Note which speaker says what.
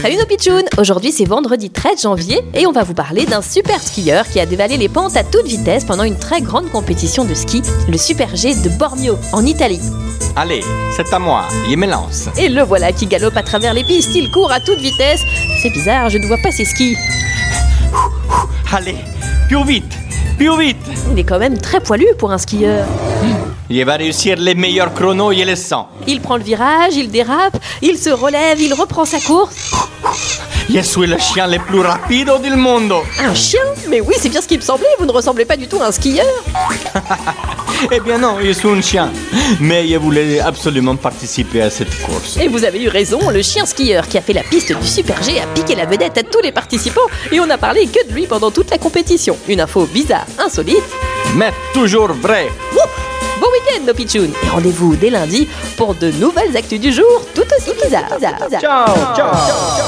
Speaker 1: Salut nos pitchouns Aujourd'hui c'est vendredi 13 janvier et on va vous parler d'un super skieur qui a dévalé les pentes à toute vitesse pendant une très grande compétition de ski, le Super G de Bormio en Italie.
Speaker 2: Allez, c'est à moi, il me lance.
Speaker 1: Et le voilà qui galope à travers les pistes, il court à toute vitesse. C'est bizarre, je ne vois pas ses skis.
Speaker 2: Allez, plus vite, plus vite.
Speaker 1: Il est quand même très poilu pour un skieur.
Speaker 2: Il va réussir les meilleurs chronos, il le sent.
Speaker 1: Il prend le virage, il dérape, il se relève, il reprend sa course.
Speaker 2: Je suis le chien le plus rapide du monde.
Speaker 1: Un chien Mais oui, c'est bien ce qui me semblait, vous ne ressemblez pas du tout à un skieur.
Speaker 2: Eh bien non, je suis un chien. Mais je voulais absolument participer à cette course.
Speaker 1: Et vous avez eu raison, le chien skieur qui a fait la piste du Super G a piqué la vedette à tous les participants et on n'a parlé que de lui pendant toute la compétition. Une info bizarre, insolite.
Speaker 2: Mais toujours vrai.
Speaker 1: Wouh Bon week-end nos pitchouns et rendez-vous dès lundi pour de nouvelles actus du jour tout aussi bizarres.
Speaker 2: Ciao, ciao.